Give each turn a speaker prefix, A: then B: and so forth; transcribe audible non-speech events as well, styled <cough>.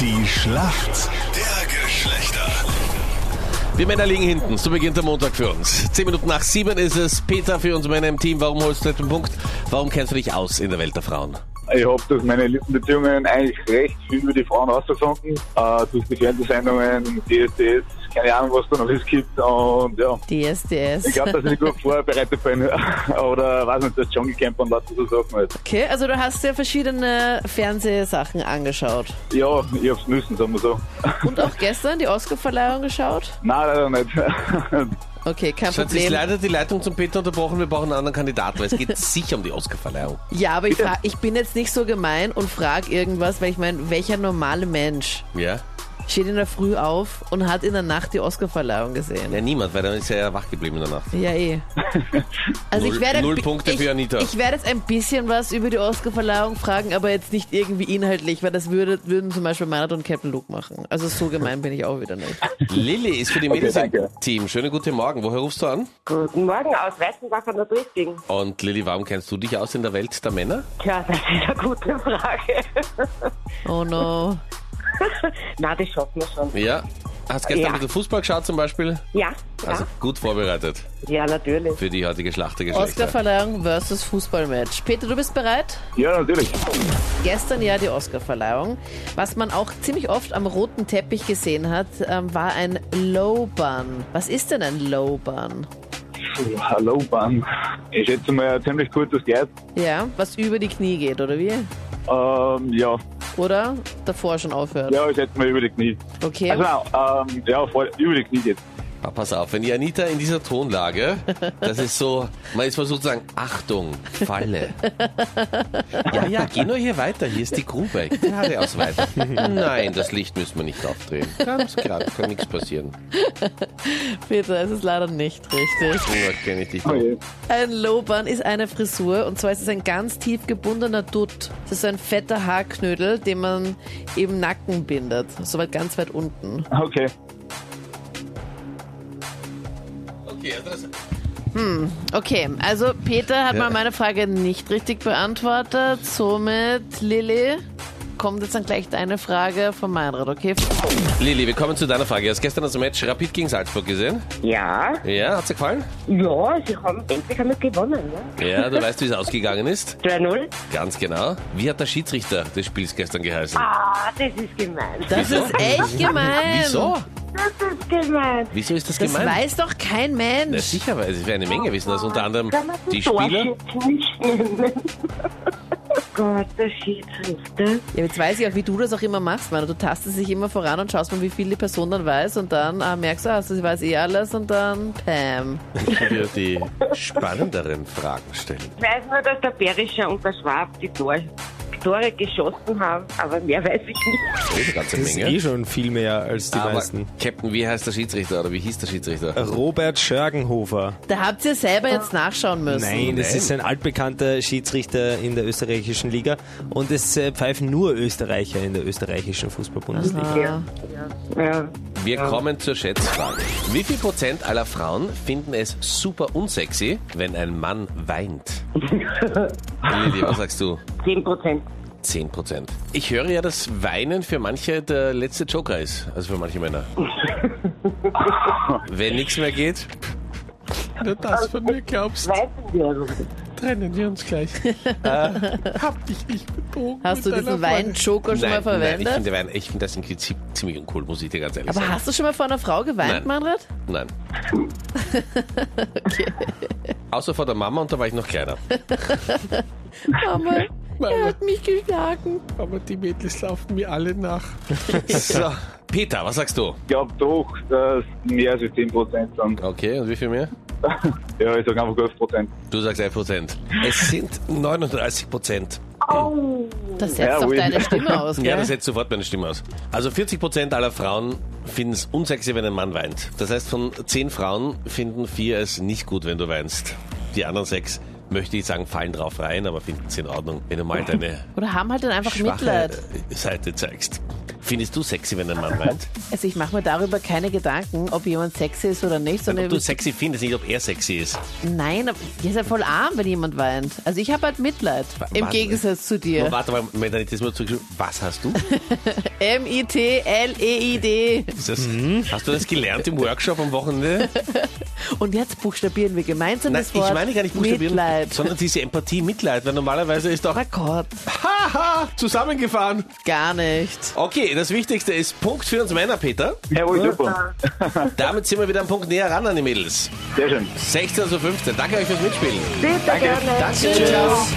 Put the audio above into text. A: Die Schlacht der Geschlechter.
B: Wir Männer liegen hinten. So beginnt der Montag für uns. Zehn Minuten nach sieben ist es. Peter für uns Männer im Team. Warum holst du nicht den Punkt? Warum kennst du dich aus in der Welt der Frauen?
C: Ich habe durch meine Listenbeziehungen eigentlich recht viel über die Frauen rausgefunden. Äh, durch die Fernsehsendungen, DSDS, keine Ahnung, was da noch alles gibt. Und ja, ich
D: DSDS.
C: glaube, dass ich gut <laughs> vorbereitet bin. Oder weiß nicht, das Dschungelcamp und lauter so Sachen halt.
D: Okay, also du hast dir verschiedene Fernsehsachen angeschaut.
C: Ja, ich hab's müssen, sagen wir so.
D: Und auch gestern die Oscarverleihung geschaut?
C: Nein, leider nicht. <laughs>
D: Okay, kein
B: Schatz, ist
D: Problem.
B: leider die Leitung zum Peter unterbrochen. Wir brauchen einen anderen Kandidaten, weil es <laughs> geht sicher um die Oscarverleihung.
D: Ja, aber ich, frag, ich bin jetzt nicht so gemein und frage irgendwas, weil ich meine, welcher normale Mensch
B: Ja?
D: steht in der Früh auf und hat in der Nacht die Oscarverleihung gesehen?
B: Ja, niemand, weil dann ist er ja wach geblieben in der Nacht.
D: Ja, eh. Also
B: Null-
D: ich werde
B: null Punkte
D: ich,
B: für Anita.
D: Ich werde jetzt ein bisschen was über die Oscarverleihung fragen, aber jetzt nicht irgendwie inhaltlich, weil das würde, würden zum Beispiel Manat und Captain Luke machen. Also so gemein bin ich auch wieder nicht.
B: Lilly ist für die Mädels im
C: danke.
B: Team. Schönen guten Morgen. Woher rufst du an?
E: Guten Morgen aus Weißenbach von der Durchging.
B: Und Lilly, warum kennst du dich aus in der Welt der Männer?
E: Tja, das ist eine gute Frage. <laughs>
D: Oh no.
E: Na, das schaffen wir schon.
B: Ja. Hast gestern
E: Ja.
B: ein bisschen Fußball geschaut zum Beispiel?
E: Ja,
B: Also gut vorbereitet
E: ja, ja, natürlich.
B: für die heutige Schlacht der Geschlechter.
D: Oscarverleihung versus Fußballmatch. Peter, du bist bereit?
C: ja, natürlich.
D: Gestern ja die Oscarverleihung. Was man auch ziemlich oft am roten Teppich gesehen hat, ähm, war ein Low Bun. Was ist denn ein Low Bun?
C: Puh, Hallo, Bahn. Ich schätze mal ein ziemlich kurzes Kleid.
D: Ja, was über die Knie geht, oder wie?
C: Ähm, ja.
D: Oder davor schon aufhört.
C: ja, ich schätze mal über die Knie.
D: Okay.
C: Also, ähm, ja, voll, über die Knie jetzt.
B: Aber pass auf, wenn die Anita in dieser Tonlage, das ist so, man ist versucht zu sagen, Achtung, Falle. Ja, ja, geh nur hier weiter, hier ist die Grube, geradeaus weiter. Nein, das Licht müssen wir nicht aufdrehen. Ganz klar, kann nichts passieren.
D: Peter, es ist leider nicht richtig.
B: Nur kenne ich dich
C: Oh,
B: noch.
C: je.
D: Ein Lobern ist eine Frisur und zwar ist es ein ganz tief gebundener Dutt. Das ist ein fetter Haarknödel, den man im Nacken bindet. Soweit ganz weit unten.
C: Okay.
B: Okay, also das-
D: Okay, also Peter hat
B: Ja.
D: mal meine Frage nicht richtig beantwortet. Somit, Lilly, kommt jetzt dann gleich deine Frage von Meinrad, okay?
B: Lili, wir kommen zu deiner Frage. Du hast gestern das Match Rapid gegen Salzburg gesehen.
E: Ja,
B: Ja, hat's dir gefallen?
E: ja, sie haben endlich einmal gewonnen. Ne?
B: Ja, du weißt, wie es ausgegangen ist.
E: 3-0.
B: Ganz genau. Wie hat der Schiedsrichter des Spiels gestern geheißen?
E: Ah, das ist gemein.
D: Das
B: Wieso?
D: ist echt gemein.
B: Wieso?
E: Das ist gemein.
B: Wieso ist das,
D: ähm, Das
B: gemeint?
D: weiß doch kein
B: Na
D: Mensch.
B: sicher, weil es wäre eine Menge wissen, dass unter anderem
E: Kann man
B: die
E: Dorf
B: Spieler.
E: jetzt nicht nehmen. Oh <laughs> Gott, der Schiedsrichter.
D: Ja, jetzt weiß ich auch, wie du das auch immer machst, Meinrad. Du tastest dich immer voran und schaust mal, wie viel die Person dann weiß und dann ah, merkst du, ah, sie weiß eh alles und dann, pam.
B: Wir die spannenderen Fragen stellen.
E: Ich weiß nur, dass der Berischer und der Schwab die Tor- Tore geschossen haben, aber mehr weiß ich nicht.
B: Das ist eine Oh, ganze
F: Das ist
B: Menge.
F: eh schon viel mehr als die
B: Aber
F: meisten.
B: Captain, wie heißt der Schiedsrichter oder wie hieß der Schiedsrichter?
F: Robert Schörgenhofer.
D: Da habt ihr selber jetzt nachschauen müssen.
F: Nein, das
B: Nein.
F: ist ein altbekannter Schiedsrichter in der österreichischen Liga und es äh, pfeifen nur Österreicher in der österreichischen Fußball-Bundesliga.
D: Ah,
E: Ja.
B: Wir kommen zur Schätzfrage. Wie viel Prozent aller Frauen finden es super unsexy, wenn ein Mann weint? Lili, was sagst du?
E: 10 Prozent.
B: 10 Prozent. Ich höre ja, dass Weinen für manche der letzte Joker ist, also für manche Männer. Wenn nichts mehr geht, wenn du das von mir glaubst,
E: Weißen wir also.
B: trennen wir uns gleich. hab dich nicht betrogen.
D: Hast du diesen Wein-Joker schon mal
B: Nein, nein,
D: verwendet?
B: ich finde Wein, ich finde das im Prinzip ziemlich uncool, muss ich dir ganz ehrlich
D: aber
B: sagen.
D: hast du schon mal vor einer Frau geweint,
B: Nein.
D: Manfred?
B: Nein. Außer vor der Mama und da war ich noch kleiner.
D: Mama, er hat mich geschlagen.
B: Aber die Mädels laufen mir alle nach. so. Peter, was sagst du?
C: Ich glaube doch, dass mehr als 10% sind.
B: Okay, und wie viel mehr?
C: <laughs> Ja, ich sage einfach 11%.
B: Du sagst 1 Prozent. Es sind 39 Prozent.
D: Das setzt
C: Ja,
D: doch
C: oui.
D: deine
B: <laughs>
D: Stimme aus, gell?
B: Ja, das setzt sofort meine Stimme aus. Also 40 Prozent aller Frauen finden es unsexy, wenn ein Mann weint. Das heißt, von 10 Frauen finden 4 es nicht gut, wenn du weinst. Die anderen 6 möchte ich sagen, fallen drauf rein, aber finden es in Ordnung, wenn du mal deine
D: Oder haben halt dann einfach
B: schwache
D: Mitleid.
B: Seite zeigst. Findest du sexy, wenn ein Mann
D: <laughs>
B: weint?
D: Also ich mache mir darüber keine Gedanken, ob jemand sexy ist oder nicht, sondern
B: Ob du sexy findest, nicht ob er sexy ist.
D: nein, aber ihr seid voll arm, wenn jemand weint. Also ich habe halt Mitleid, im
B: Warte.
D: Gegensatz zu
B: Ja.
D: dir.
B: Warte mal, Moment, dann hätte ich das nur zurückgeschrieben. Was hast du? <laughs>
D: M-I-T-L-E-I-D.
B: Ist das,
D: Mhm.
B: Hast du das gelernt im Workshop am Wochenende?
D: Und jetzt buchstabieren wir gemeinsam
B: Nein,
D: das
B: ich
D: Wort
B: meine gar nicht buchstabieren,
D: Mitleid.
B: sondern diese Empathie, Mitleid, weil normalerweise ist doch
D: Oh Gott,
B: <laughs> haha zusammengefahren.
D: gar nicht.
B: Okay, das Wichtigste ist Punkt für uns Männer,
D: <laughs>
B: Peter.
C: Jawohl, super.
B: Damit sind wir wieder am Punkt näher ran an die Mädels.
C: Sehr schön.
B: 16 zu 15. Danke euch fürs Mitspielen.
E: Bitte gerne.
B: Tschüss.